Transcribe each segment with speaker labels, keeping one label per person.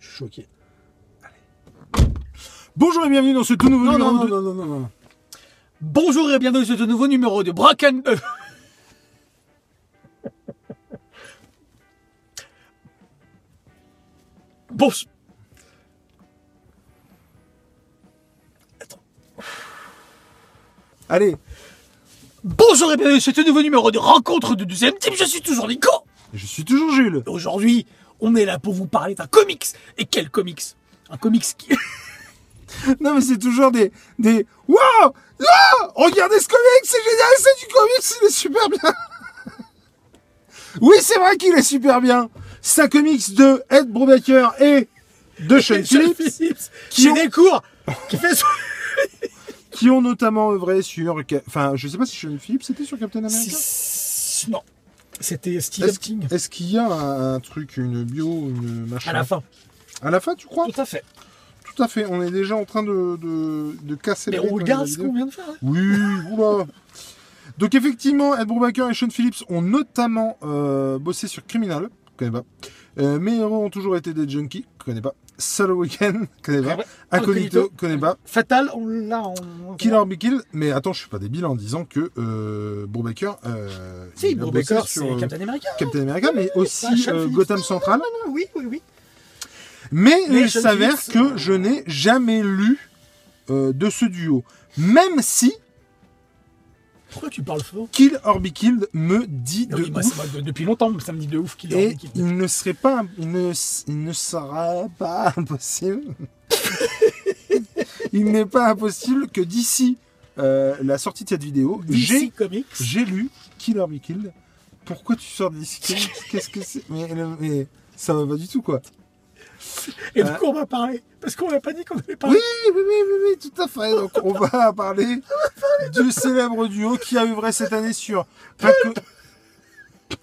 Speaker 1: choqué.
Speaker 2: Bonjour et bienvenue dans ce tout nouveau
Speaker 1: Non,
Speaker 2: numéro
Speaker 1: non, non,
Speaker 2: de...
Speaker 1: non, non, non, non.
Speaker 2: Bonjour et bienvenue dans ce tout nouveau numéro de Bracken... euh. Bon...
Speaker 1: Allez,
Speaker 2: Bonjour et bienvenue dans ce tout nouveau numéro de Rencontre du deuxième type, je suis toujours Nico
Speaker 1: je suis toujours Jules.
Speaker 2: Aujourd'hui, on est là pour vous parler d'un comics Et quel comics Un comics qui...
Speaker 1: Non, mais c'est toujours des. des... Waouh Waouh Regardez ce comic, c'est génial, c'est du comics, il est super bien Oui, c'est vrai qu'il est super bien C'est un comics de Ed Brubaker et de Sean Phillips,
Speaker 2: Qui
Speaker 1: ont-
Speaker 2: des cours Qui fait... son-
Speaker 1: qui ont notamment œuvré sur. Ca- Enfin, je sais pas si Sean Phillips c'était sur Captain America.
Speaker 2: Si- Non. C'était Steve
Speaker 1: Est-ce
Speaker 2: King.
Speaker 1: est-ce qu'il y a un, un truc, une bio, une machin
Speaker 2: À la fin.
Speaker 1: À la fin, tu crois
Speaker 2: Tout à fait.
Speaker 1: Tout à fait, on est déjà en train de, de, de casser
Speaker 2: Mais
Speaker 1: le rythme
Speaker 2: on
Speaker 1: de la
Speaker 2: regarde ce
Speaker 1: vidéo.
Speaker 2: qu'on vient de faire. hein.
Speaker 1: Oui, oula Donc effectivement, Ed Brubaker et Sean Phillips ont notamment euh, bossé sur Criminal, connais pas. Euh, mes héros ont toujours été des junkies, connais pas. Solo Weekend, connais pas.
Speaker 2: Ah Ouais.
Speaker 1: Incognito, connais pas.
Speaker 2: Fatal, on l'a en.
Speaker 1: Killer Be Kill, mais attends, je suis pas débile en disant que euh, Brubaker, euh,
Speaker 2: Si,
Speaker 1: il a
Speaker 2: Bob
Speaker 1: bossé
Speaker 2: Baker,
Speaker 1: sur
Speaker 2: c'est
Speaker 1: euh,
Speaker 2: Captain America.
Speaker 1: Captain America, mais
Speaker 2: bah,
Speaker 1: aussi
Speaker 2: Sean
Speaker 1: euh,
Speaker 2: Phillips.
Speaker 1: Gotham Central.
Speaker 2: Oui, oui, oui.
Speaker 1: Mais
Speaker 2: Mais
Speaker 1: il
Speaker 2: Sean
Speaker 1: s'avère
Speaker 2: Phillips,
Speaker 1: que
Speaker 2: euh,
Speaker 1: je n'ai jamais lu euh, de ce duo. Même si
Speaker 2: Pourquoi tu parles faux
Speaker 1: Kill or Be Killed me dit de
Speaker 2: Oui, moi,
Speaker 1: ouf.
Speaker 2: ça m'a- de- depuis longtemps, ça me dit de ouf qu'il est
Speaker 1: Et
Speaker 2: en équipe.
Speaker 1: il ne serait pas, il ne, il ne sera pas impossible. il n'est pas impossible que d'ici euh, la sortie de cette vidéo, j'ai,
Speaker 2: DC Comics.
Speaker 1: j'ai lu Kill or Be Killed. Pourquoi tu sors d'ici Qu'est-ce que c'est mais, mais ça va pas du tout quoi.
Speaker 2: Et du
Speaker 1: Euh,
Speaker 2: coup, on va parler. Parce qu'on n'a pas dit qu'on allait
Speaker 1: Oui,
Speaker 2: parler.
Speaker 1: oui, oui, oui, oui, tout à fait. Donc on va parler du célèbre duo qui a œuvré cette année sur un co-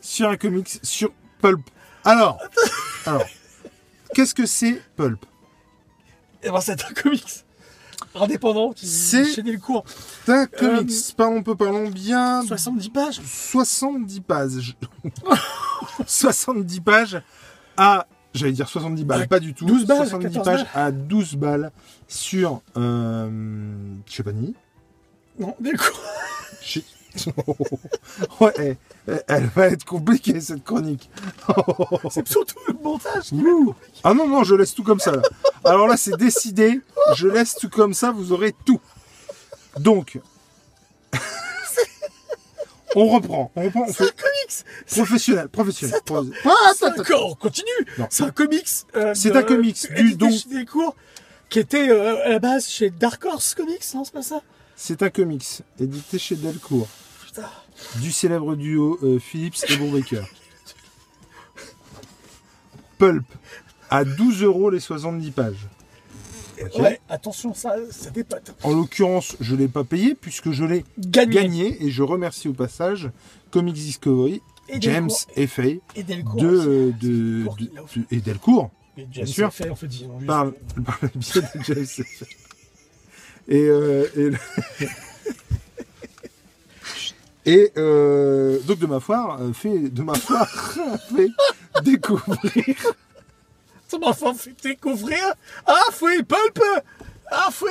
Speaker 1: sur un comics sur Pulp. Alors, alors, qu'est-ce que c'est Pulp
Speaker 2: Et ben, c'est un comics indépendant qui
Speaker 1: C'est-
Speaker 2: chaînait le cours.
Speaker 1: C'est un comics,
Speaker 2: Euh,
Speaker 1: parlons peu, parlons bien,
Speaker 2: 70 pages.
Speaker 1: 70 pages. 70 pages à, j'allais dire 70 balles,
Speaker 2: À
Speaker 1: pas du tout.
Speaker 2: 12 balles,
Speaker 1: 70
Speaker 2: 14
Speaker 1: pages à 12 balles sur, euh, je sais pas ni.
Speaker 2: Non, des cours.
Speaker 1: Oh. Chi- ouais, eh, eh, elle va être compliquée cette chronique.
Speaker 2: C'est surtout le montage.
Speaker 1: Ouh. ah non, non, je laisse tout comme ça. là. Alors là, c'est décidé. Je laisse tout comme ça, vous aurez tout. Donc, on reprend. On reprend. On
Speaker 2: C'est un
Speaker 1: fait
Speaker 2: comics.
Speaker 1: professionnel, professionnel. professionnel. Ah, attends, attends.
Speaker 2: D'accord, on continue.
Speaker 1: Non.
Speaker 2: C'est un comics. euh,
Speaker 1: C'est
Speaker 2: de-
Speaker 1: un comics
Speaker 2: de-
Speaker 1: du
Speaker 2: de-
Speaker 1: don.
Speaker 2: des cours qui était euh, à la base chez Dark Horse Comics, non, c'est pas ça
Speaker 1: C'est un comics édité chez Delcourt
Speaker 2: Putain.
Speaker 1: du célèbre duo euh, Phillips et Brubaker. Pulp à 12 euros les 70 pages. Ok.
Speaker 2: Ouais, attention, ça, ça dépote.
Speaker 1: En l'occurrence, je ne l'ai pas payé puisque je l'ai
Speaker 2: Gagné.
Speaker 1: gagné et je remercie au passage Comics Discovery,
Speaker 2: Et
Speaker 1: James
Speaker 2: Delcourt.
Speaker 1: et Fay
Speaker 2: Et Delcourt.
Speaker 1: de,
Speaker 2: aussi.
Speaker 1: euh,
Speaker 2: c'est
Speaker 1: de,
Speaker 2: Delcourt qui
Speaker 1: de-
Speaker 2: l'a offert.
Speaker 1: de- et Delcourt
Speaker 2: Mais James
Speaker 1: euh, sûr.
Speaker 2: a fait, en fait, ils ont juste-
Speaker 1: par, par le biais de James et Fay. Et, euh, et, le- Et, euh, donc de ma foire, euh, fait de ma foire, fait découvrir
Speaker 2: Ça m'a fait découvrir. Ah, fouet, pulp Ah, fouet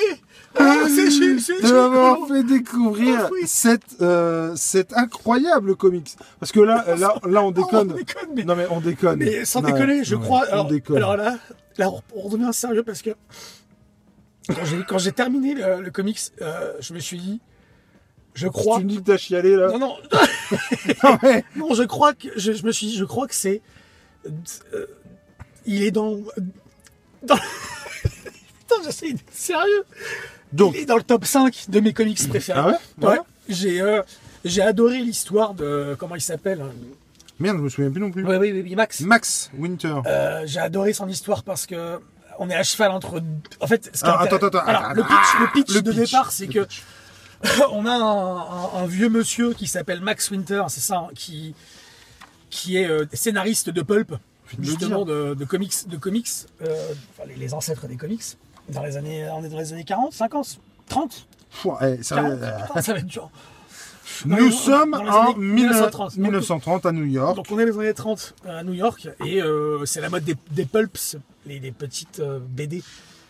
Speaker 2: Ah, c'est chez, c'est Oh,
Speaker 1: de
Speaker 2: chez-
Speaker 1: m'avoir fait découvrir
Speaker 2: Ah oui.
Speaker 1: cette, euh, cette incroyable comics. Parce que là, euh, là, là on
Speaker 2: Oh,
Speaker 1: déconne.
Speaker 2: on déconne, mais,
Speaker 1: Non mais on déconne.
Speaker 2: mais sans
Speaker 1: Non,
Speaker 2: déconner, je
Speaker 1: non,
Speaker 2: crois.
Speaker 1: On
Speaker 2: alors,
Speaker 1: déconne.
Speaker 2: alors là, là, on on redevient sérieux parce que quand j'ai- quand j'ai terminé le, le comics, euh, je me suis dit, je crois.
Speaker 1: Tu me dis que t'as chialé là.
Speaker 2: Non, non,
Speaker 1: Euh, Non, mais-
Speaker 2: non, je crois que je, je me suis dit, je crois que c'est. euh, il est dans. dans- Putain, j'essaie d'être sérieux.
Speaker 1: Donc.
Speaker 2: Il est dans le top 5 de mes comics préférés.
Speaker 1: Ah ouais
Speaker 2: Ouais.
Speaker 1: Ouais.
Speaker 2: J'ai euh, j'ai adoré l'histoire de comment il s'appelle. hein.
Speaker 1: Merde, je me souviens plus non plus.
Speaker 2: Ouais, oui, oui, oui, Max.
Speaker 1: Max Winter.
Speaker 2: Euh, J'ai adoré son histoire parce que on est à cheval entre. En fait, ce qui
Speaker 1: Ah,
Speaker 2: est
Speaker 1: attends,
Speaker 2: intéressant-
Speaker 1: attends, attends,
Speaker 2: Alors,
Speaker 1: attends. Ah,
Speaker 2: le pitch, le pitch
Speaker 1: Le
Speaker 2: de
Speaker 1: pitch,
Speaker 2: départ, c'est
Speaker 1: le
Speaker 2: que
Speaker 1: pitch.
Speaker 2: on a un, un- un vieux monsieur qui s'appelle Max Winter, c'est ça, hein, qui qui est euh, scénariste de pulp,
Speaker 1: Faut le
Speaker 2: justement de, de comics, de comics, euh, enfin, les, les ancêtres des comics dans les années, on est dans les années 40, 50, 30,
Speaker 1: Pouah, eh, ça-
Speaker 2: 40,
Speaker 1: euh,
Speaker 2: putain, ça va être dur. Dans
Speaker 1: Nous
Speaker 2: les-
Speaker 1: sommes
Speaker 2: dans les
Speaker 1: en
Speaker 2: années 1930.
Speaker 1: 1930 à New York.
Speaker 2: Donc on est dans les années 30 à New York et euh, c'est la mode des, des pulps, les, des petites euh, BD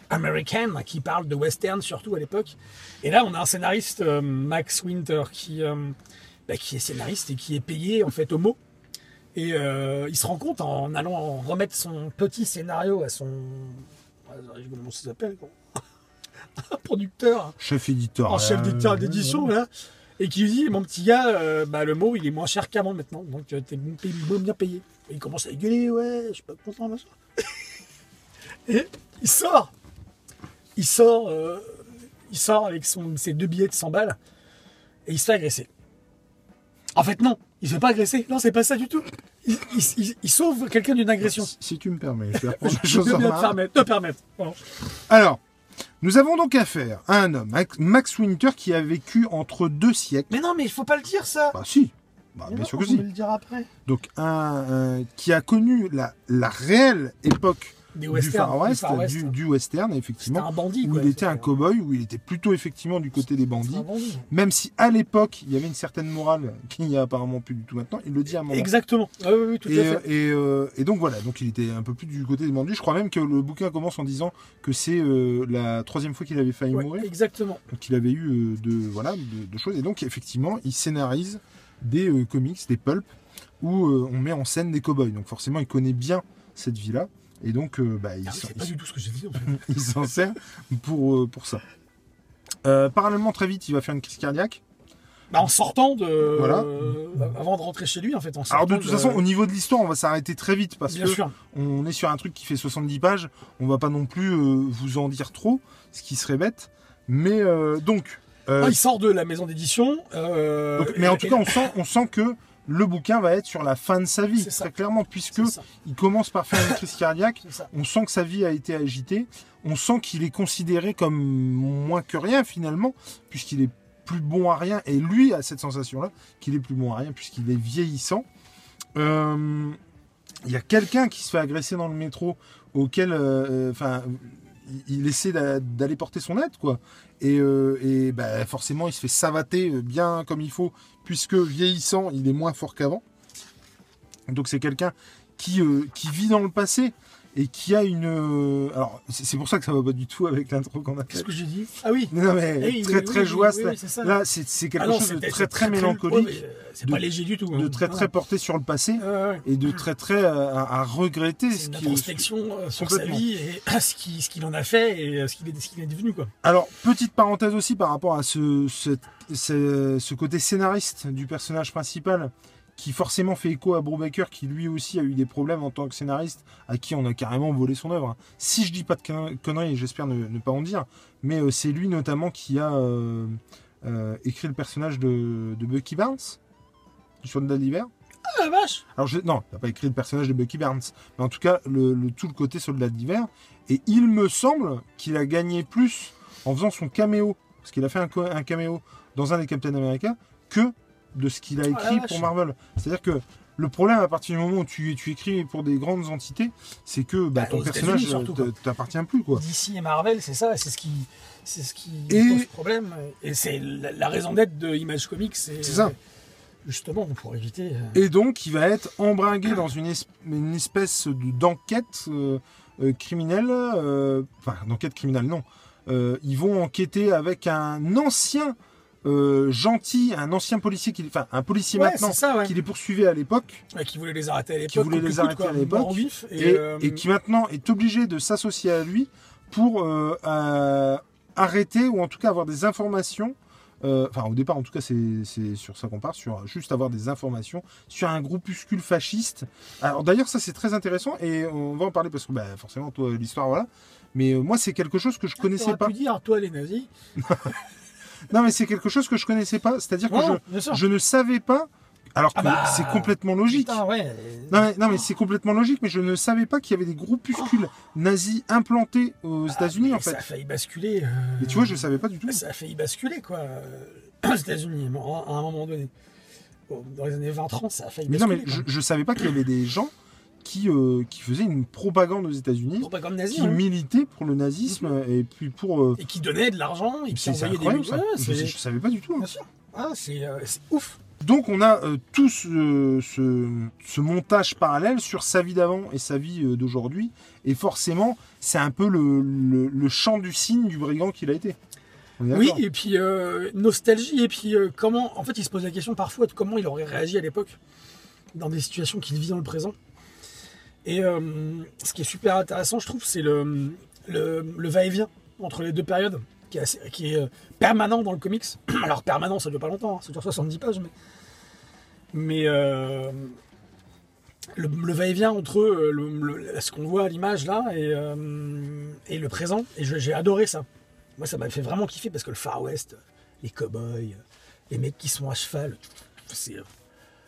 Speaker 2: américaines qui parlent de western surtout à l'époque. Et là on a un scénariste euh, Max Winter qui euh, bah, qui est scénariste et qui est payé en fait au mot. Et euh, il se rend compte en allant en remettre son petit scénario à son ah, je sais pas comment ça s'appelle quoi. un producteur hein,
Speaker 1: chef éditeur. Euh,
Speaker 2: en chef d'éditeur d'édition, là, et qui lui dit Mon petit gars, euh, bah, le mot, il est moins cher qu'avant maintenant, donc euh, t'es bien payé- bien- bien payé. Et il commence à gueuler Ouais, je suis pas content, machin. et il sort Il sort euh, Il sort avec son, ses deux billets de 100 balles, et il se fait agresser. En fait, non, il se fait pas agresser, non, c'est pas ça du tout. Il, il- il- il sauve quelqu'un d'une agression.
Speaker 1: Si, si tu me permets, je vais reprendre les
Speaker 2: Je
Speaker 1: choses
Speaker 2: peux
Speaker 1: en
Speaker 2: bien
Speaker 1: main.
Speaker 2: te permettre. Te permettre. Pardon.
Speaker 1: Alors, nous avons donc affaire à un homme, Max- Max Winter, qui a vécu entre deux siècles.
Speaker 2: Mais non, mais il faut pas le dire, ça.
Speaker 1: Bah si, bah, bien
Speaker 2: Non,
Speaker 1: sûr que
Speaker 2: Eh ben, on
Speaker 1: si.
Speaker 2: va le dire après.
Speaker 1: Donc un, un- qui a connu la, la réelle époque
Speaker 2: Des
Speaker 1: du
Speaker 2: westerns.
Speaker 1: Far West,
Speaker 2: du Far West.
Speaker 1: du, du western
Speaker 2: C'était
Speaker 1: effectivement,
Speaker 2: un bandit.
Speaker 1: où
Speaker 2: quoi.
Speaker 1: il était un
Speaker 2: C'était
Speaker 1: cow-boy, où il était plutôt effectivement du côté des
Speaker 2: un
Speaker 1: bandits.
Speaker 2: bandit.
Speaker 1: Même si à l'époque il y avait une certaine morale qu'il n'y a apparemment plus du tout maintenant, il le dit à un moment.
Speaker 2: Exactement. Ah oui, oui, tout
Speaker 1: Et,
Speaker 2: à fait.
Speaker 1: et, euh, et donc voilà, donc il était un peu plus du côté des bandits. Je crois même que le bouquin commence en disant que c'est euh, la troisième fois qu'il avait failli
Speaker 2: Ouais,
Speaker 1: mourir,
Speaker 2: exactement.
Speaker 1: donc il avait eu euh, de voilà de, de choses. Et donc effectivement, il scénarise des euh, comics, des pulps où euh, on met en scène des cow-boys. Donc forcément, il connaît bien cette vie-là. Et donc, euh, bah, il,
Speaker 2: Ah oui,
Speaker 1: s'en-
Speaker 2: C'est
Speaker 1: il
Speaker 2: pas
Speaker 1: s'en-
Speaker 2: du tout ce que j'ai dit. en fait.
Speaker 1: il s'en sert pour, euh, pour ça. Euh, parallèlement, très vite, il va faire une crise cardiaque.
Speaker 2: Bah, en sortant de.
Speaker 1: Voilà.
Speaker 2: euh, avant de rentrer chez lui, en fait. En sortant
Speaker 1: Alors de toute façon, au niveau de l'histoire, on va s'arrêter très vite parce
Speaker 2: euh, Bien
Speaker 1: que
Speaker 2: sûr.
Speaker 1: on est sur un truc qui fait 70 pages, on va pas non plus euh, vous en dire trop, ce qui serait bête. Mais euh, donc, euh,
Speaker 2: Ah, il sort de la maison d'édition. euh,
Speaker 1: donc- mais en
Speaker 2: et-
Speaker 1: tout
Speaker 2: et-
Speaker 1: cas, on sent, on sent que le bouquin va être sur la fin de sa vie,
Speaker 2: C'est ça.
Speaker 1: très clairement, puisque
Speaker 2: c'est ça,
Speaker 1: il commence par faire une crise cardiaque.
Speaker 2: c'est ça.
Speaker 1: On sent que sa vie a été agitée. On sent qu'il est considéré comme moins que rien finalement, puisqu'il est plus bon à rien. Et lui a cette sensation-là qu'il est plus bon à rien, puisqu'il est vieillissant. Euh, Il y a quelqu'un qui se fait agresser dans le métro, auquel, euh, enfin, il- il essaie d'a- d'aller porter son aide, quoi. Et, euh, et bah, forcément, il se fait savater euh, bien comme il faut, puisque vieillissant, il est moins fort qu'avant. Donc c'est quelqu'un qui, euh, qui vit dans le passé et qui a une. euh, alors c'est c'est pour ça que ça va pas du tout avec l'intro qu'on a.
Speaker 2: Qu'est-ce
Speaker 1: Fait.
Speaker 2: que j'ai dit Ah oui.
Speaker 1: Non mais
Speaker 2: Eh oui,
Speaker 1: très
Speaker 2: oui,
Speaker 1: très
Speaker 2: oui,
Speaker 1: joyeux.
Speaker 2: oui, oui, c'est ça.
Speaker 1: Là c'est c'est quelque
Speaker 2: Ah non,
Speaker 1: chose de
Speaker 2: c'était-
Speaker 1: très
Speaker 2: c'est
Speaker 1: très
Speaker 2: ouais,
Speaker 1: mélancolique,
Speaker 2: mais, euh, C'est
Speaker 1: de-
Speaker 2: pas léger du tout. hein.
Speaker 1: de très très
Speaker 2: Ouais.
Speaker 1: porté sur le passé
Speaker 2: Ouais, ouais.
Speaker 1: et de très très euh, à, à regretter
Speaker 2: Ah. C'est
Speaker 1: ce
Speaker 2: une
Speaker 1: qui.
Speaker 2: introspection euh, sur sa
Speaker 1: Complètement.
Speaker 2: vie et ce qu'il ce qu'il en a fait et euh, ce qu'il est, ce qu'il est devenu. Quoi.
Speaker 1: Alors, petite parenthèse aussi par rapport à ce, ce, ce- ce côté scénariste du personnage principal, qui forcément fait écho à Brubaker, qui lui aussi a eu des problèmes en tant que scénariste, à qui on a carrément volé son œuvre. hein. Si je dis pas de con- conneries, et j'espère ne, ne pas en dire, mais euh, c'est lui notamment qui a euh, euh, écrit le personnage de, de Bucky Barnes, du Soldat d'hiver.
Speaker 2: Ah la vache
Speaker 1: Alors, je, non, il n'a pas écrit le personnage de Bucky Barnes, mais en tout cas, le, le- tout le côté soldat d'hiver. Et il me semble qu'il a gagné plus en faisant son caméo, parce qu'il a fait un, co- un caméo dans un des Captain America, que de ce qu'il a
Speaker 2: Oh la
Speaker 1: écrit
Speaker 2: vache.
Speaker 1: pour Marvel. C'est-à-dire que le problème à partir du moment où tu, tu écris pour des grandes entités, c'est que bah,
Speaker 2: Bah,
Speaker 1: ton
Speaker 2: aux
Speaker 1: personnage
Speaker 2: États-Unis, surtout,
Speaker 1: euh, t- t'appartient plus. quoi.
Speaker 2: DC et Marvel, c'est ça, c'est ce qui, c'est ce qui
Speaker 1: Et-
Speaker 2: pose problème. Et c'est la, la raison d'être de Image Comics. C'est
Speaker 1: C'est ça.
Speaker 2: Justement, pour éviter. euh,
Speaker 1: Et donc, il va être embringué dans une, es- une espèce de- d'enquête euh, euh, criminelle. euh, Enfin, d'enquête criminelle, non. Euh, ils vont enquêter avec un ancien euh, gentil, un ancien policier, qui, enfin, un policier
Speaker 2: Ouais,
Speaker 1: maintenant,
Speaker 2: c'est ça, ouais.
Speaker 1: qui les poursuivait à l'époque
Speaker 2: Ouais, qui voulait les arrêter à l'époque.
Speaker 1: Qui voulait
Speaker 2: coûte
Speaker 1: les
Speaker 2: que
Speaker 1: arrêter
Speaker 2: coûte,
Speaker 1: à
Speaker 2: quoi,
Speaker 1: l'époque.
Speaker 2: mort en vif. Et,
Speaker 1: et,
Speaker 2: euh,
Speaker 1: et qui maintenant est obligé de s'associer à lui pour euh, euh, arrêter ou en tout cas avoir des informations. euh, Enfin, au départ, en tout cas, c'est c'est sur ça qu'on part, sur juste avoir des informations sur un groupuscule fasciste. Alors d'ailleurs, ça c'est très intéressant et on va en parler parce que bah, forcément, toi, l'histoire, voilà. Mais euh, moi, c'est quelque chose que je connaissais
Speaker 2: Ah, t'aurais
Speaker 1: pas.
Speaker 2: pu dire, toi, les nazis.
Speaker 1: Non, mais c'est quelque chose que je connaissais pas. C'est-à-dire que
Speaker 2: Ouais,
Speaker 1: je,
Speaker 2: non, bien sûr.
Speaker 1: je ne savais pas, alors que
Speaker 2: Ah bah,
Speaker 1: c'est complètement logique.
Speaker 2: Putain, ouais. euh,
Speaker 1: Non mais, non, mais c'est complètement logique, mais je ne savais pas qu'il y avait des groupuscules nazis implantés aux États-Unis
Speaker 2: Ah, mais
Speaker 1: en fait.
Speaker 2: Ça a failli basculer. euh,
Speaker 1: Mais tu vois, je savais pas du tout.
Speaker 2: Ça a failli basculer, quoi. euh, Aux États-Unis, à un moment donné. Bon, Dans les années 20-30, ça a failli
Speaker 1: Mais non,
Speaker 2: basculer.
Speaker 1: mais je, je savais pas qu'il y avait des gens qui, euh, qui faisaient une propagande aux États-Unis,
Speaker 2: pas comme nazi. hein.
Speaker 1: qui militaient pour le nazisme et puis pour. euh,
Speaker 2: Mm-hmm. et qui donnait de l'argent et qui
Speaker 1: c'est c'est
Speaker 2: envoyait des
Speaker 1: incroyable
Speaker 2: Ouais,
Speaker 1: ça.
Speaker 2: ouais,
Speaker 1: Je,
Speaker 2: c'est-
Speaker 1: je savais pas du tout. hein.
Speaker 2: Bien sûr. Ah, c'est euh, c'est ouf.
Speaker 1: Donc on a euh, tout ce, ce- ce montage parallèle sur sa vie d'avant et sa vie euh, d'aujourd'hui. Et forcément, c'est un peu le, le- le champ du signe du brigand qu'il a été. On est
Speaker 2: Oui,
Speaker 1: d'accord
Speaker 2: et puis euh, nostalgie, et puis euh, comment. En fait, il se pose la question parfois de comment il aurait réagi à l'époque dans des situations qu'il vit dans le présent. Et euh, ce qui est super intéressant, je trouve, c'est le, le, le va-et-vient entre les deux périodes qui est, assez- qui est, euh, permanent dans le comics. Alors, permanent, ça dure pas longtemps, hein, ça dure 70 pages, mais. Mais. euh, le, le va-et-vient entre euh, le- le- ce qu'on voit à l'image là et, euh, et le présent, et je- j'ai adoré ça. Moi, ça m'a fait vraiment kiffer parce que le Far West, les cowboys, les mecs qui sont à cheval, c'est.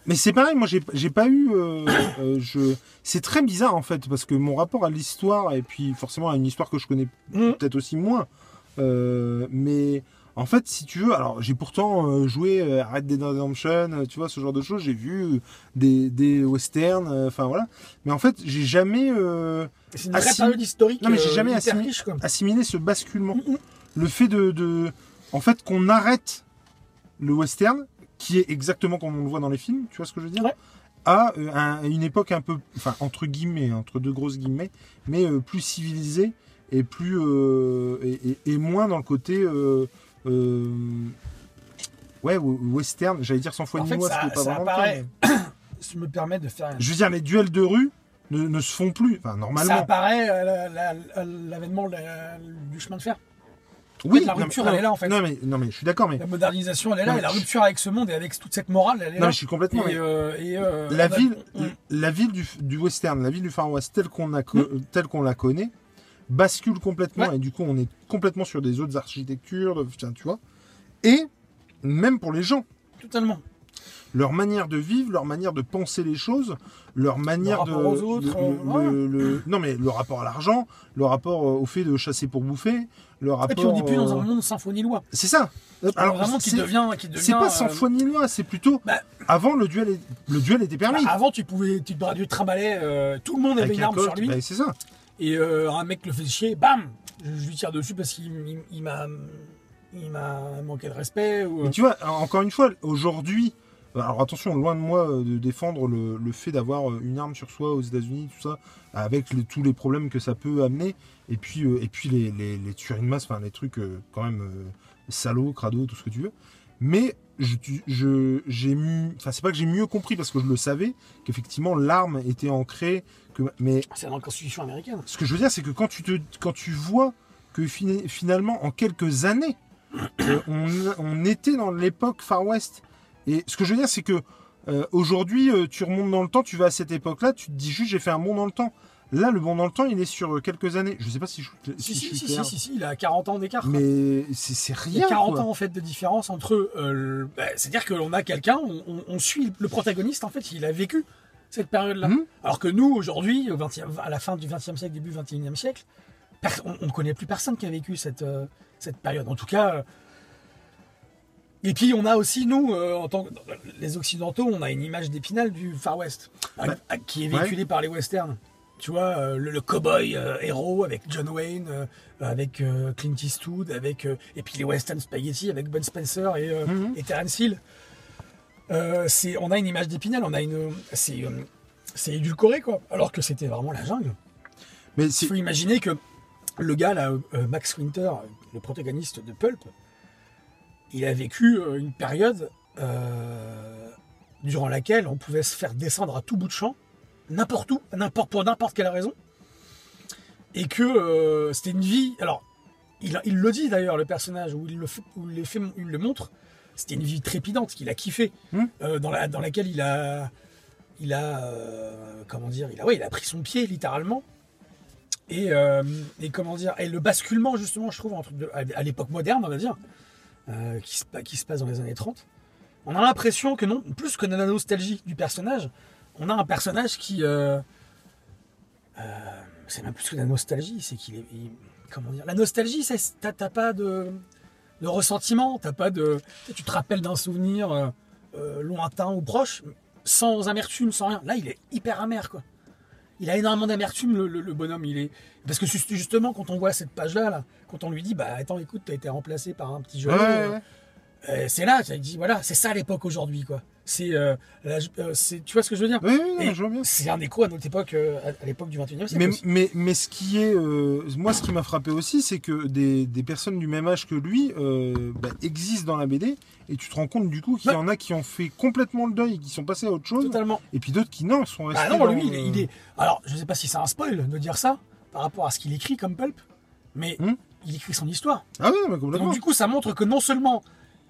Speaker 1: Mais c'est pareil, moi j'ai j'ai pas eu. euh, euh, je... C'est très bizarre en fait, parce que mon rapport à l'histoire, et puis forcément à une histoire que je connais
Speaker 2: Mm.
Speaker 1: peut-être aussi moins, euh, mais en fait, si tu veux, alors j'ai pourtant euh, joué euh, Red Dead Redemption, euh, tu vois, ce genre de choses, j'ai vu euh, des, des westerns, euh, enfin voilà, mais en fait, j'ai jamais euh,
Speaker 2: C'est une
Speaker 1: Ah,
Speaker 2: vraie
Speaker 1: si.
Speaker 2: période historique.
Speaker 1: Non, mais j'ai
Speaker 2: euh,
Speaker 1: jamais
Speaker 2: hyper
Speaker 1: assimilé.
Speaker 2: riche, quoi.
Speaker 1: assimilé ce basculement.
Speaker 2: Mm, mm.
Speaker 1: Le fait de. de- en fait, qu'on arrête le western, qui est exactement comme on le voit dans les films, tu vois ce que je veux dire
Speaker 2: Ouais.
Speaker 1: À euh, un- une époque un peu. Enfin, entre guillemets, entre deux grosses guillemets, mais euh, plus civilisée et plus. euh, et, et- et moins dans le côté. euh, euh, ouais, w- western, j'allais dire sans foi
Speaker 2: En
Speaker 1: ni
Speaker 2: fait,
Speaker 1: loi, ce qui
Speaker 2: ça,
Speaker 1: est pas
Speaker 2: ça
Speaker 1: vraiment le cas,
Speaker 2: apparaît.
Speaker 1: mais-
Speaker 2: si je me permets de faire. un-
Speaker 1: Je veux dire, les duels de rue ne, ne se font plus, enfin,
Speaker 2: Ça
Speaker 1: normalement.
Speaker 2: apparaît à la- la- la- l'avènement de la- du chemin de fer. fait, la
Speaker 1: non, mais-
Speaker 2: rupture, elle est là, en fait.
Speaker 1: Non, mais, non, mais je suis d'accord, mais.
Speaker 2: La modernisation, elle est
Speaker 1: Non,
Speaker 2: là,
Speaker 1: mais
Speaker 2: et la
Speaker 1: je-
Speaker 2: rupture avec ce monde et avec toute cette morale, elle est
Speaker 1: Non,
Speaker 2: là.
Speaker 1: mais je suis complètement.
Speaker 2: Et, euh, et, euh,
Speaker 1: la
Speaker 2: on a-
Speaker 1: ville,
Speaker 2: on-
Speaker 1: la ville du, du western, la ville du Far West telle qu'on a co-
Speaker 2: Mm.
Speaker 1: telle qu'on la connaît, bascule complètement et du coup on est complètement sur des autres architectures, de- tiens, tu vois. Et même pour les gens,
Speaker 2: Totalement.
Speaker 1: leur manière de vivre, leur manière de penser les choses, leur manière de,
Speaker 2: rapport aux autres,
Speaker 1: de-
Speaker 2: euh,
Speaker 1: le- le- le- non mais le rapport à l'argent, le rapport euh, au fait de chasser pour bouffer, le rapport.
Speaker 2: Et puis on n'est plus dans
Speaker 1: euh,
Speaker 2: un monde symphonie loi.
Speaker 1: C'est ça.
Speaker 2: Alors vraiment qui
Speaker 1: c'est-
Speaker 2: devient, qui devient.
Speaker 1: c'est pas sans
Speaker 2: euh,
Speaker 1: foi ni loi, c'est plutôt
Speaker 2: Bah-
Speaker 1: avant le duel, est- le duel était permis.
Speaker 2: bah, avant, tu pouvais, tu te, tu te trimballais, euh, tout le monde avait
Speaker 1: Ah Avec
Speaker 2: une
Speaker 1: la
Speaker 2: arme sur
Speaker 1: coque,
Speaker 2: lui.
Speaker 1: bah, c'est ça.
Speaker 2: Et euh, un mec le fait chier, bam Je, je lui tire dessus parce qu'il il- il m'a il m'a manqué de respect. Ou... euh,
Speaker 1: Mais tu vois, en- encore une fois, aujourd'hui, bah, alors attention, loin de moi euh, de défendre le, le fait d'avoir euh, une arme sur soi aux États-Unis, tout ça, avec les- tous les problèmes que ça peut amener, et puis, euh, et puis les, les, les tueries de masse, enfin les trucs euh, quand même euh, salauds, crado, tout ce que tu veux. Mais je, tu- je, j'ai, mu- enfin c'est pas que j'ai mieux compris parce que je le savais qu'effectivement l'arme était ancrée, que, mais
Speaker 2: euh, C'est dans la Constitution américaine.
Speaker 1: ce que je veux dire, c'est que quand tu, te, quand tu vois que fina- finalement, en quelques années, euh, on, on était dans l'époque Far West. Et ce que je veux dire, c'est que euh, aujourd'hui, euh, tu remontes dans le temps, tu vas à cette époque-là, tu te dis juste, j'ai fait un bond dans le temps. Là, le bond dans le temps, il est sur euh, quelques années. Je sais pas si je, si je
Speaker 2: Si, si,
Speaker 1: suis
Speaker 2: si, si,
Speaker 1: clair.
Speaker 2: si, si, il a 40 ans d'écart. quoi.
Speaker 1: Mais c'est c'est
Speaker 2: Il y
Speaker 1: rien.
Speaker 2: a 40
Speaker 1: quoi.
Speaker 2: ans en fait de différence entre. euh, le- bah, C'est-à-dire qu'on a quelqu'un, on, on- on suit le protagoniste en fait, il a vécu cette période-là.
Speaker 1: Mhm.
Speaker 2: Alors que nous, aujourd'hui, au 20e à la fin du 20e siècle, début 21e siècle, per- on ne connaît plus personne qui a vécu cette, euh, cette période. En tout cas. euh, et puis on a aussi, nous, euh, en tant que les Occidentaux, on a une image d'épinal du Far West, euh, qui est véhiculée par les westerns. Tu vois, euh, le, le cowboy euh, héros avec John Wayne, euh, avec euh, Clint Eastwood, avec, euh, et puis les western spaghetti avec Ben Spencer et, euh,
Speaker 1: Mhm.
Speaker 2: et Terence Hill. Euh, c'est- on a une image d'épinal, on a une. C'est euh, c'est édulcoré, quoi. Alors que c'était vraiment la jungle.
Speaker 1: Mais
Speaker 2: Il
Speaker 1: c'est-
Speaker 2: faut imaginer que le gars, là, euh, Max Winter, le protagoniste de Pulp, il a vécu euh, une période euh, durant laquelle on pouvait se faire descendre à tout bout de champ, n'importe où, n'importe pour n'importe quelle raison, et que euh, c'était une vie. Alors, il, il le dit d'ailleurs, le personnage, où il le, fait- où il le fait- il le montre, c'était une vie trépidante qu'il a kiffé,
Speaker 1: Mhm.
Speaker 2: euh, dans, la- dans laquelle il a, il a, euh, comment dire, il a, ouais, il a pris son pied littéralement. Et, euh, et comment dire, et le basculement justement, je trouve, entre deux- à à l'époque moderne, on va dire, euh, qui, se, pa- qui se passe dans les années 30, on a l'impression que non, plus que de la nostalgie du personnage, on a un personnage qui. euh, euh, c'est même plus que de la nostalgie, c'est qu'il est. il- comment dire La nostalgie, c'est- t'as t'as pas de, de ressentiment, t'as pas de. Tu sais, tu te rappelles d'un souvenir euh, euh, lointain ou proche, sans amertume, sans rien. Là, il est hyper amer, quoi. Il a énormément d'amertume, le, le- le bonhomme. Il est parce que juste- justement, quand on voit cette page-là, là, quand on lui dit, bah attends, écoute, t'as été remplacé par un petit jeune,
Speaker 1: Ouais, ouais,
Speaker 2: euh,
Speaker 1: ouais.
Speaker 2: Euh, c'est là, tu dit, voilà, c'est ça l'époque aujourd'hui, quoi. C'est, euh, la- euh, c'est- tu vois ce que je veux dire
Speaker 1: Oui, oui, non,
Speaker 2: Et
Speaker 1: je vois bien.
Speaker 2: C'est un écho à notre époque, euh, à, à l'époque du 21e siècle.
Speaker 1: Mais,
Speaker 2: aussi.
Speaker 1: mais, mais ce qui est. euh, moi, ce qui m'a frappé aussi, c'est que des, des personnes du même âge que lui euh, bah, existent dans la BD. Et tu te rends compte du coup qu'il y
Speaker 2: Ouais.
Speaker 1: en a qui ont fait complètement le deuil, qui sont passés à autre chose.
Speaker 2: Totalement.
Speaker 1: Et puis d'autres qui, non, sont restés.
Speaker 2: Ah non,
Speaker 1: dans
Speaker 2: lui, il
Speaker 1: le-
Speaker 2: est, il est- Alors, je sais pas si c'est un spoil de dire ça par rapport à ce qu'il écrit comme pulp, mais
Speaker 1: Hmm.
Speaker 2: il écrit son histoire.
Speaker 1: Ah oui, mais
Speaker 2: Donc
Speaker 1: complètement.
Speaker 2: du coup, ça montre que non seulement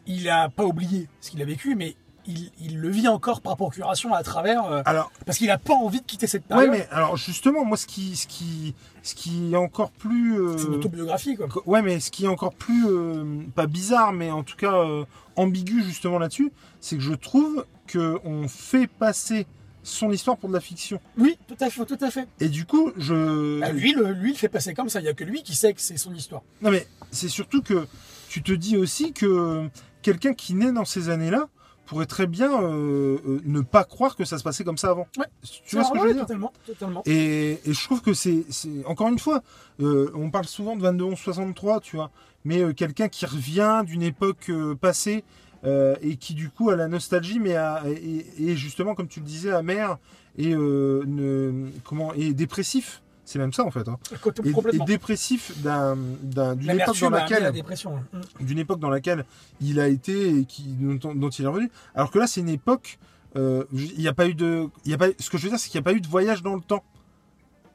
Speaker 2: il a pas oublié ce qu'il a vécu, mais il, il le vit encore par procuration à travers. euh,
Speaker 1: Alors,
Speaker 2: parce qu'il a pas envie de quitter cette
Speaker 1: ouais,
Speaker 2: période.
Speaker 1: mais alors justement, moi, ce qui, ce qui, ce qui est encore plus. euh,
Speaker 2: C'est une autobiographie, quoi.
Speaker 1: Co- Ouais, mais ce qui est encore plus, euh, pas bizarre, mais en tout cas euh, ambigu justement là-dessus, c'est que je trouve qu'on fait passer son histoire pour de la fiction.
Speaker 2: Oui, tout à fait, tout à fait.
Speaker 1: Et du coup, je...
Speaker 2: Bah, lui, le, lui, il fait passer comme ça. Il n'y a que lui qui sait que c'est son histoire.
Speaker 1: Non mais c'est surtout que tu te dis aussi que quelqu'un qui naît dans ces années-là pourrait très bien euh, euh, ne pas croire que ça se passait comme ça avant.
Speaker 2: Ouais.
Speaker 1: Tu vois ce que je veux dire
Speaker 2: Totalement, totalement.
Speaker 1: Et, et je trouve que c'est, c'est- encore une fois, euh, on parle souvent de 22 11 63, tu vois, mais euh, quelqu'un qui revient d'une époque euh, passée euh, et qui du coup a la nostalgie, mais a- et, et justement comme tu le disais, amer et euh, ne- comment et dépressif, c'est même ça en fait, hein.
Speaker 2: Côté-
Speaker 1: et, et
Speaker 2: complètement.
Speaker 1: dépressif d'un- d'un- d'une époque dans
Speaker 2: L'amertume a amené la
Speaker 1: laquelle
Speaker 2: dépression. hein.
Speaker 1: d'une époque dans laquelle il a été et qui, dont, dont il est revenu. Alors que là, c'est une époque. euh, je- Il n'y a pas eu de. Il y a pas, ce que je veux dire, c'est qu'il n'y a pas eu de voyage dans le temps.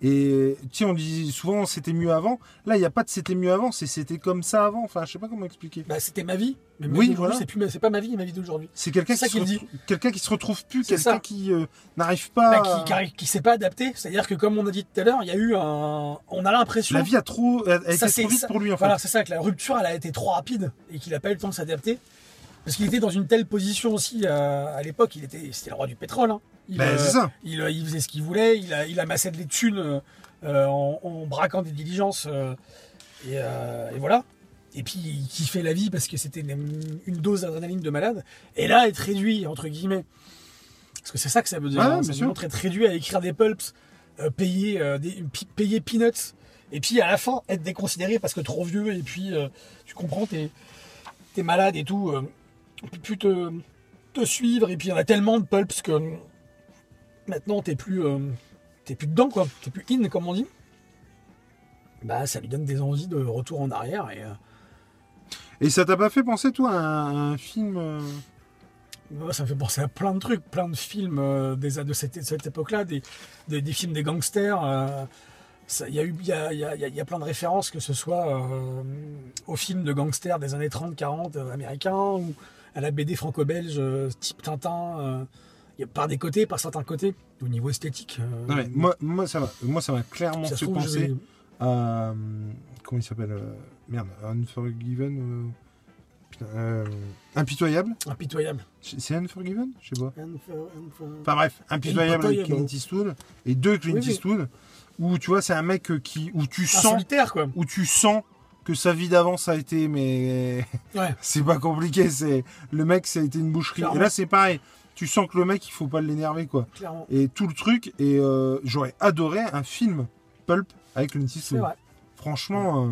Speaker 1: Et tu sais, on dit souvent c'était mieux avant. Là, il n'y a pas de c'était mieux avant, c'est c'était comme ça avant. Enfin, je sais pas comment expliquer.
Speaker 2: Bah, c'était ma vie. Mais ma
Speaker 1: Oui,
Speaker 2: vie d'aujourd'hui,
Speaker 1: voilà.
Speaker 2: c'est plus ma- c'est pas ma vie, ma vie d'aujourd'hui.
Speaker 1: C'est quelqu'un
Speaker 2: C'est
Speaker 1: qui,
Speaker 2: ça
Speaker 1: se
Speaker 2: qu'il
Speaker 1: retrou- quelqu'un qui se retrouve plus,
Speaker 2: C'est
Speaker 1: quelqu'un
Speaker 2: ça.
Speaker 1: qui euh, n'arrive pas.
Speaker 2: Bah, qui-
Speaker 1: à-
Speaker 2: qui qui s'est pas adapté. C'est-à-dire que comme on a dit tout à l'heure, il y a eu un. On a l'impression.
Speaker 1: La vie a trop, a, a été
Speaker 2: Ça, c'est-
Speaker 1: trop vite
Speaker 2: ça-
Speaker 1: pour lui en fait.
Speaker 2: Voilà, c'est ça, que la rupture, elle a été trop rapide et qu'il n'a pas eu le temps de s'adapter. Parce qu'il était dans une telle position aussi euh, à l'époque, il était, c'était le roi du pétrole. hein. Il,
Speaker 1: Ben,
Speaker 2: euh,
Speaker 1: c'est ça.
Speaker 2: il, euh, il faisait ce qu'il voulait, il, a- il amassait des thunes euh, euh, en, en braquant des diligences. euh, et, euh, et voilà. Et puis il kiffait la vie parce que c'était une, une dose d'adrénaline de malade. Et là, être réduit, entre guillemets. Parce que c'est ça que ça veut dire.
Speaker 1: Ouais,
Speaker 2: hein,
Speaker 1: bien
Speaker 2: ça veut
Speaker 1: sûr.
Speaker 2: montre être réduit à écrire des pulps, euh, payer, euh, des, pi- payer peanuts. Et puis à la fin, être déconsidéré parce que trop vieux. Et puis euh, tu comprends, t'es es malade et tout. euh, on peut plus te, te suivre. Et puis il y en a tellement de pulps que euh, maintenant t'es plus, euh, t'es plus dedans, quoi. T'es plus in, comme on dit. Bah, ça lui donne des envies de retour en arrière. Et, euh,
Speaker 1: Et ça t'a pas fait penser toi à un, à un film euh,
Speaker 2: moi, ça me fait penser à plein de trucs, plein de films euh, des, de cette, de cette époque-là, des, des, des films des gangsters. euh, ça- Il y, a eu- il y, a, il y, a, il y a- il y a plein de références, que ce soit euh, aux films de gangsters des années 30-40 euh, américains ou à la BD franco-belge euh, type Tintin. euh, il y a par des côtés, par certains côtés, au niveau esthétique. euh,
Speaker 1: non, mais moi, moi ça m'a, moi ça m'a clairement
Speaker 2: ça se
Speaker 1: fait
Speaker 2: trouve, je
Speaker 1: penser.
Speaker 2: vais-
Speaker 1: à, euh, comment il s'appelle euh, Merde, Unforgiven. euh, putain, euh, impitoyable.
Speaker 2: impitoyable.
Speaker 1: C'est Unforgiven Je sais pas.
Speaker 2: Enfin,
Speaker 1: Enfin bref, impitoyable avec
Speaker 2: Impitoyable.
Speaker 1: Clint Eastwood et deux Clint
Speaker 2: Oui, Ah, oui.
Speaker 1: Eastwood où tu vois c'est un mec euh, qui où tu
Speaker 2: un
Speaker 1: sens
Speaker 2: solitaire, quoi.
Speaker 1: où tu sens que sa vie d'avant ça a été mais
Speaker 2: Ouais.
Speaker 1: c'est pas compliqué c'est le mec ça a été une boucherie
Speaker 2: Clairement.
Speaker 1: et là c'est pareil tu sens que le mec il faut pas l'énerver quoi
Speaker 2: Clairement.
Speaker 1: et tout le truc et euh, j'aurais adoré un film pulp avec Clint
Speaker 2: C'est
Speaker 1: Eastwood
Speaker 2: vrai.
Speaker 1: Franchement. euh,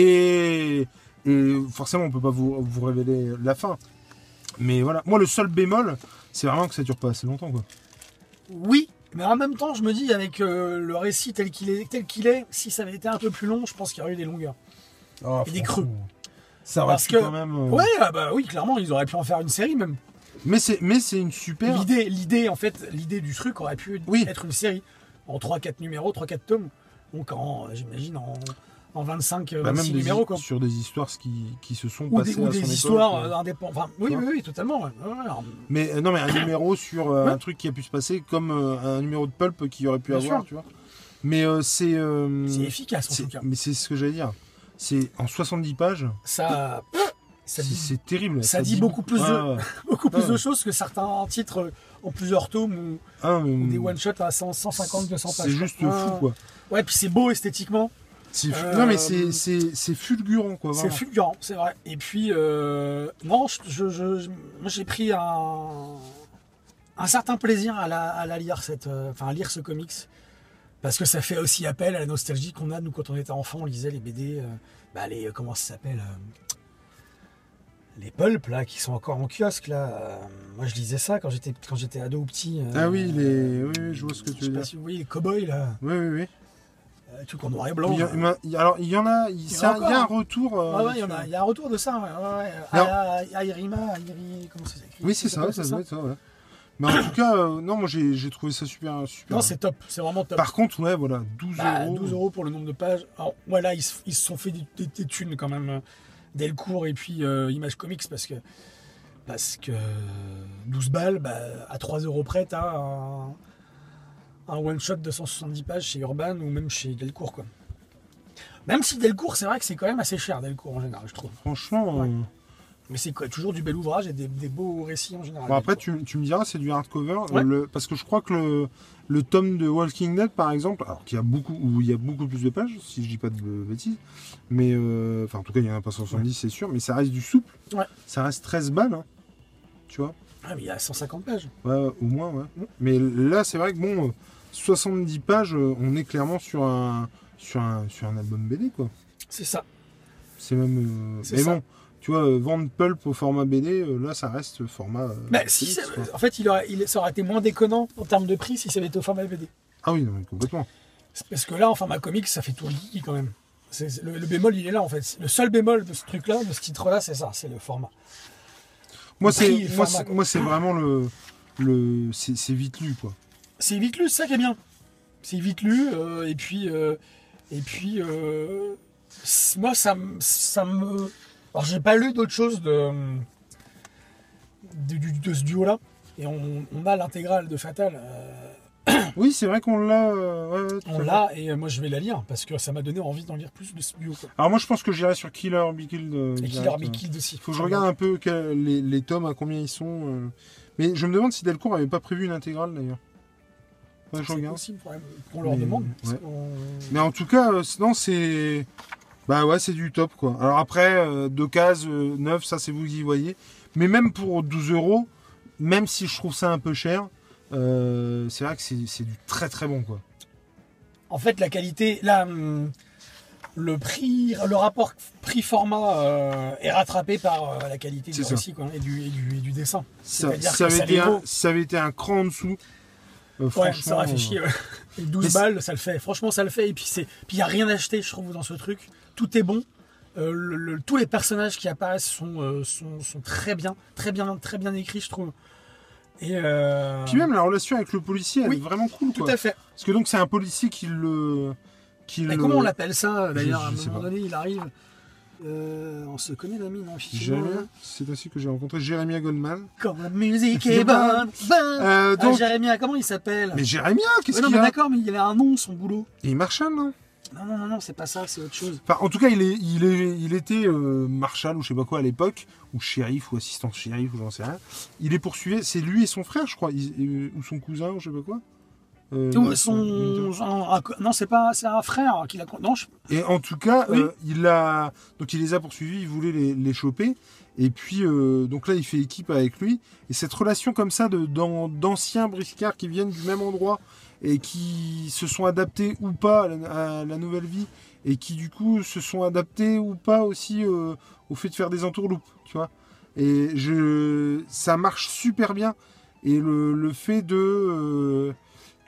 Speaker 1: et, et forcément, on peut pas vous, vous révéler la fin. Mais voilà. Moi, le seul bémol, c'est vraiment que ça dure pas assez longtemps. Quoi.
Speaker 2: Oui, mais en même temps, je me dis, avec euh, le récit tel qu'il est, tel qu'il est, si ça avait été un peu plus long, je pense qu'il y aurait eu des longueurs. Il est creux.
Speaker 1: Ça aurait
Speaker 2: Parce
Speaker 1: pu
Speaker 2: que-
Speaker 1: quand même. euh,
Speaker 2: Ouais, ah bah oui, clairement, ils auraient pu en faire une série même.
Speaker 1: Mais c'est mais c'est une super.
Speaker 2: L'idée, l'idée, en fait, l'idée du truc aurait pu
Speaker 1: Oui.
Speaker 2: être une série en 3-4 numéros, 3-4 tomes. Donc, en, euh, j'imagine, en, en 25 euh,
Speaker 1: bah, même
Speaker 2: 26
Speaker 1: des
Speaker 2: numéros,
Speaker 1: hi-
Speaker 2: quoi.
Speaker 1: sur des histoires ce qui, qui se sont
Speaker 2: Ou
Speaker 1: passées
Speaker 2: des, ou
Speaker 1: à
Speaker 2: des
Speaker 1: son époque,
Speaker 2: histoires
Speaker 1: euh.
Speaker 2: euh, indépendantes. Enfin, oui,
Speaker 1: Tu
Speaker 2: oui, oui, totalement. ouais. Ouais, ouais, alors,
Speaker 1: Mais euh, non, mais un numéro sur euh,
Speaker 2: Ouais.
Speaker 1: un truc qui a pu se passer, comme euh, un numéro de pulp qu'il y aurait pu
Speaker 2: Bien
Speaker 1: avoir,
Speaker 2: sûr.
Speaker 1: tu vois. Mais euh, c'est. euh,
Speaker 2: c'est efficace, en
Speaker 1: c'est-
Speaker 2: tout cas.
Speaker 1: mais c'est ce que j'allais dire. C'est en 70 pages.
Speaker 2: Ça, ça
Speaker 1: C'est-
Speaker 2: dit
Speaker 1: C'est terrible.
Speaker 2: ça dit beaucoup plus de-
Speaker 1: Ouais, ouais.
Speaker 2: beaucoup plus
Speaker 1: Ouais.
Speaker 2: de choses que certains titres euh, en plusieurs tomes ou,
Speaker 1: Ah, mais-
Speaker 2: ou des one-shots à 100, 150, 200 pages. Ah.
Speaker 1: C'est juste
Speaker 2: Ouais,
Speaker 1: fou, quoi.
Speaker 2: Ouais, puis c'est beau esthétiquement,
Speaker 1: C'est fu-
Speaker 2: Euh,
Speaker 1: Non, mais c'est- c'est c'est fulgurant, quoi.
Speaker 2: c'est
Speaker 1: vraiment.
Speaker 2: fulgurant, c'est vrai. Et puis, euh, non, je, je- je- je- moi, j'ai pris un, un certain plaisir à la, à la lire, cette, euh, enfin, à lire ce comics. Parce que ça fait aussi appel à la nostalgie qu'on a, nous, quand on était enfant, on lisait les BD, euh, bah, les, euh, comment ça s'appelle euh, les pulps là qui sont encore en kiosque là. euh, moi je lisais ça quand j'étais quand j'étais ado ou petit. euh,
Speaker 1: Ah oui, les. Oui, oui, je vois ce que
Speaker 2: je
Speaker 1: tu
Speaker 2: sais
Speaker 1: veux
Speaker 2: pas
Speaker 1: dire.
Speaker 2: si vous voyez les cow-boys là,
Speaker 1: Oui, oui, oui.
Speaker 2: euh, les trucs en noir et blanc.
Speaker 1: Il y a-
Speaker 2: là.
Speaker 1: il y a- il y a- alors, il y en a. Il
Speaker 2: y en a
Speaker 1: c'est un- il y a un
Speaker 2: encore,
Speaker 1: retour. euh,
Speaker 2: Ah ouais, il y en a,
Speaker 1: là-dessus.
Speaker 2: il y a un retour de ça. Ouais, ouais.
Speaker 1: Non.
Speaker 2: Ah, ah, Irima, Iri, comment ça s'écrit
Speaker 1: Oui, c'est ça,
Speaker 2: pas
Speaker 1: ça doit être ça, ouais. Mais en tout cas, euh, non, moi j'ai j'ai trouvé ça super. super
Speaker 2: Non, c'est top, c'est vraiment top.
Speaker 1: Par contre, ouais, voilà, 12
Speaker 2: Bah,
Speaker 1: euros.
Speaker 2: 12 euros pour le nombre de pages. Alors, voilà, ils se, ils se sont fait des, des- des thunes quand même. euh, Delcourt et puis euh, Image Comics parce que, parce que 12 balles, bah, à 3 euros près, t'as un, un one-shot de 170 pages chez Urban ou même chez Delcourt. Quoi. Même si Delcourt, c'est vrai que c'est quand même assez cher, Delcourt en général, je trouve.
Speaker 1: Franchement. euh,
Speaker 2: Mais c'est quoi, toujours du bel ouvrage et des, des beaux récits en général.
Speaker 1: Bon, après,
Speaker 2: Delcourt.
Speaker 1: tu, tu me diras, c'est du hardcover. euh,
Speaker 2: Ah, Ouais.
Speaker 1: le- parce que je crois que le, le tome de Walking Dead, par exemple, alors qu'il y a beaucoup, où il y a beaucoup plus de pages, si je dis pas de bêtises, mais euh, enfin, en tout cas, il y en a pas 170, c'est sûr, mais ça reste du souple.
Speaker 2: Ouais.
Speaker 1: Ça reste 13 balles, hein, tu vois,
Speaker 2: Ah, mais il y a 150 pages.
Speaker 1: Ouais, ouais, au moins, ouais.
Speaker 2: Ouais.
Speaker 1: Mais là, c'est vrai que bon, euh, 70 pages, euh, on est clairement sur un, sur un, sur un album BD, quoi.
Speaker 2: C'est ça.
Speaker 1: C'est même. euh,
Speaker 2: C'est
Speaker 1: mais
Speaker 2: ça.
Speaker 1: bon, tu vois, euh, vendre Pulp au format BD, euh, là, ça reste format. euh,
Speaker 2: Bah, si
Speaker 1: fixe,
Speaker 2: ça-
Speaker 1: quoi.
Speaker 2: en fait, il aurait, il, ça aurait été moins déconnant en termes de prix si ça avait été au format VD.
Speaker 1: Ah oui, non, mais complètement.
Speaker 2: C'est Parce que là, en format comics, ça fait tout geeky quand même. C'est- c'est- le, le bémol, il est là en fait. Le seul bémol de ce truc-là, de ce titre-là, c'est ça, c'est le format.
Speaker 1: Moi,
Speaker 2: Le prix
Speaker 1: c'est
Speaker 2: et le
Speaker 1: moi,
Speaker 2: format,
Speaker 1: c'est-
Speaker 2: quoi.
Speaker 1: moi, c'est vraiment le le c'est c'est vite lu quoi.
Speaker 2: C'est vite lu, c'est ça qui est bien. C'est vite lu, euh, et puis. euh, et puis. euh, c- moi, ça, me- ça me. Alors, j'ai pas lu d'autre chose de, de, du- de ce duo-là. Et on, on a l'intégrale de Fatal. euh,
Speaker 1: Oui, c'est vrai qu'on l'a. euh, ouais, ouais, tout
Speaker 2: on
Speaker 1: à fait.
Speaker 2: l'a, et euh, moi, je vais la lire, parce que ça m'a donné envie d'en lire plus de ce duo. quoi.
Speaker 1: Alors moi, je pense que j'irai sur Killer Be Killed. euh,
Speaker 2: Et Killer
Speaker 1: direct,
Speaker 2: Be
Speaker 1: euh.
Speaker 2: Killed aussi.
Speaker 1: Faut que je regarde un peu quel- les, les tomes à combien ils sont. euh. Mais je me demande si Delcourt avait pas prévu une intégrale d'ailleurs. Ouais, je
Speaker 2: C'est
Speaker 1: regarde.
Speaker 2: possible quand même qu'on leur
Speaker 1: Mais,
Speaker 2: demande. parce
Speaker 1: ouais.
Speaker 2: qu'on-
Speaker 1: Mais en tout cas, euh, sinon c'est bah ouais, c'est du top quoi. Alors après, euh, deux cases, euh, neuf, ça c'est vous qui voyez. Mais même pour 12 euros, même si je trouve ça un peu cher, euh, c'est vrai que c'est c'est du très très bon quoi.
Speaker 2: En fait, la qualité, la, hum, le prix, le rapport prix-format euh, est rattrapé par euh, la qualité du
Speaker 1: C'est ça.
Speaker 2: récit quoi, et, du, et du- et du dessin.
Speaker 1: Ça, si
Speaker 2: C'est-à-dire
Speaker 1: ça
Speaker 2: que
Speaker 1: avait
Speaker 2: ça
Speaker 1: été
Speaker 2: les
Speaker 1: un,
Speaker 2: vaut.
Speaker 1: si ça avait été un cran en dessous. euh,
Speaker 2: Ouais,
Speaker 1: franchement, euh,
Speaker 2: ça aurait fait chier. ouais. Et 12
Speaker 1: Mais c'est-
Speaker 2: balles, ça le fait. Franchement, ça le fait. Et puis, c'est, puis il n'y a rien acheté, je trouve, dans ce truc. Tout est bon. Euh, le- le- tous les personnages qui apparaissent sont, euh, sont, sont très bien, très bien, très bien écrits, je trouve. Et euh,
Speaker 1: euh, Puis même la relation avec le policier, elle
Speaker 2: Oui,
Speaker 1: est vraiment cool.
Speaker 2: tout
Speaker 1: Quoi.
Speaker 2: à fait.
Speaker 1: Parce que donc c'est un policier qui le. Qui
Speaker 2: Mais
Speaker 1: le-
Speaker 2: comment on l'appelle ça d'ailleurs
Speaker 1: je
Speaker 2: À un
Speaker 1: sais
Speaker 2: moment
Speaker 1: pas.
Speaker 2: donné, il arrive. Euh, on se connaît l'ami,
Speaker 1: Jérémy-
Speaker 2: non effectivement, hein.
Speaker 1: C'est ainsi que j'ai rencontré Jérémia Goldman.
Speaker 2: Quand la musique
Speaker 1: C'est
Speaker 2: est bonne, bonne.
Speaker 1: Euh,
Speaker 2: Ah,
Speaker 1: donc...
Speaker 2: Jérémia, comment il s'appelle
Speaker 1: mais Jérémia, qu'est-ce
Speaker 2: Ouais, Non,
Speaker 1: qu'il
Speaker 2: mais
Speaker 1: a
Speaker 2: d'accord, mais il a un nom, son boulot.
Speaker 1: Il est Marshall, non
Speaker 2: Non, non, non, non, c'est pas ça, c'est autre chose.
Speaker 1: Enfin, en tout cas, il, est, il, est, il était euh, Marshall ou je sais pas quoi à l'époque, ou shérif ou assistant shérif ou j'en sais rien. Il est poursuivi, c'est lui et son frère, je crois, ils- euh, ou son cousin ou je sais pas quoi. Euh,
Speaker 2: Ou son, un- un- non, c'est pas, c'est un frère qui l'a. con- Non, je-
Speaker 1: Et en tout cas,
Speaker 2: Oui.
Speaker 1: euh, il a donc il les a poursuivis, il voulait les, les choper. Et puis euh, donc là, il fait équipe avec lui. Et cette relation comme ça de d'an- d'anciens briscards qui viennent du même endroit et qui se sont adaptés ou pas à la, à la nouvelle vie et qui du coup se sont adaptés ou pas aussi euh, au fait de faire des entourloupes, tu vois. Et je, ça marche super bien. Et le, le fait de, euh,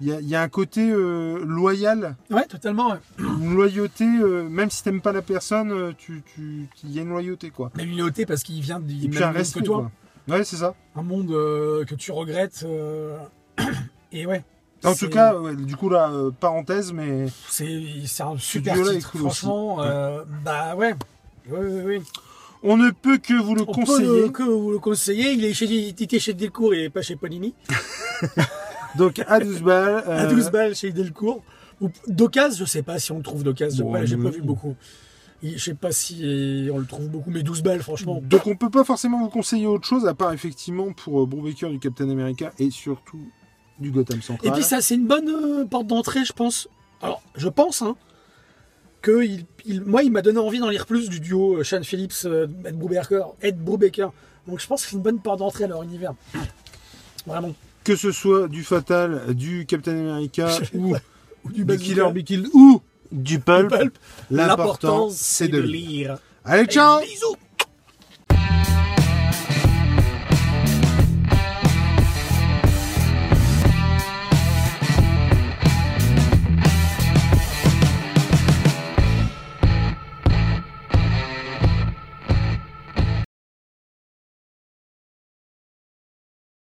Speaker 1: il y, a, il y a un côté euh, loyal
Speaker 2: ouais, totalement. ouais.
Speaker 1: une loyauté, euh, même si t'aimes pas la personne, euh, tu, tu, il y a une loyauté quoi.
Speaker 2: Mais une loyauté parce qu'il vient du
Speaker 1: Et
Speaker 2: même
Speaker 1: puis un
Speaker 2: monde
Speaker 1: respect
Speaker 2: que toi,
Speaker 1: quoi. Ouais, c'est ça.
Speaker 2: un monde euh, que tu regrettes. euh, Et ouais.
Speaker 1: En
Speaker 2: C'est-
Speaker 1: tout cas, ouais, du coup là, euh, parenthèse, mais
Speaker 2: c'est c'est un super
Speaker 1: duo-là est
Speaker 2: titre.
Speaker 1: cool
Speaker 2: franchement,
Speaker 1: aussi.
Speaker 2: euh, bah ouais. Oui, oui, oui.
Speaker 1: on ne peut que vous le
Speaker 2: On
Speaker 1: conseiller.
Speaker 2: peut le, que vous le conseiller. Il est chez, il était chez Delcourt et pas chez Panini.
Speaker 1: Donc à 12 balles.
Speaker 2: À
Speaker 1: euh,
Speaker 2: 12 balles chez Delcourt. Ou- D'occasion, je sais pas si on le trouve d'occasion.
Speaker 1: Bon,
Speaker 2: Ouais, J'ai
Speaker 1: non,
Speaker 2: pas
Speaker 1: non.
Speaker 2: vu beaucoup. Il- Je sais pas si euh, on le trouve beaucoup, mais 12 balles, franchement.
Speaker 1: euh, Donc on peut pas forcément vous conseiller autre chose à part effectivement pour euh, Brubaker du Captain America et surtout du Gotham Central.
Speaker 2: Et puis ça, c'est une bonne euh, porte d'entrée, je pense. Alors, je pense, hein, que il, il- moi, il m'a donné envie d'en lire plus du duo euh, Sean Phillips, euh, Ed Brubaker, Ed Brubaker. Donc, je pense que c'est une bonne porte d'entrée à leur univers. Vraiment.
Speaker 1: Que ce soit du Fatal, du Captain America Euh, ou
Speaker 2: Ou du
Speaker 1: du
Speaker 2: Bazooka.
Speaker 1: Killer Be Killed ou du Pulp,
Speaker 2: Pulp.
Speaker 1: l'important c'est de lire. Allez, ciao
Speaker 2: Bisous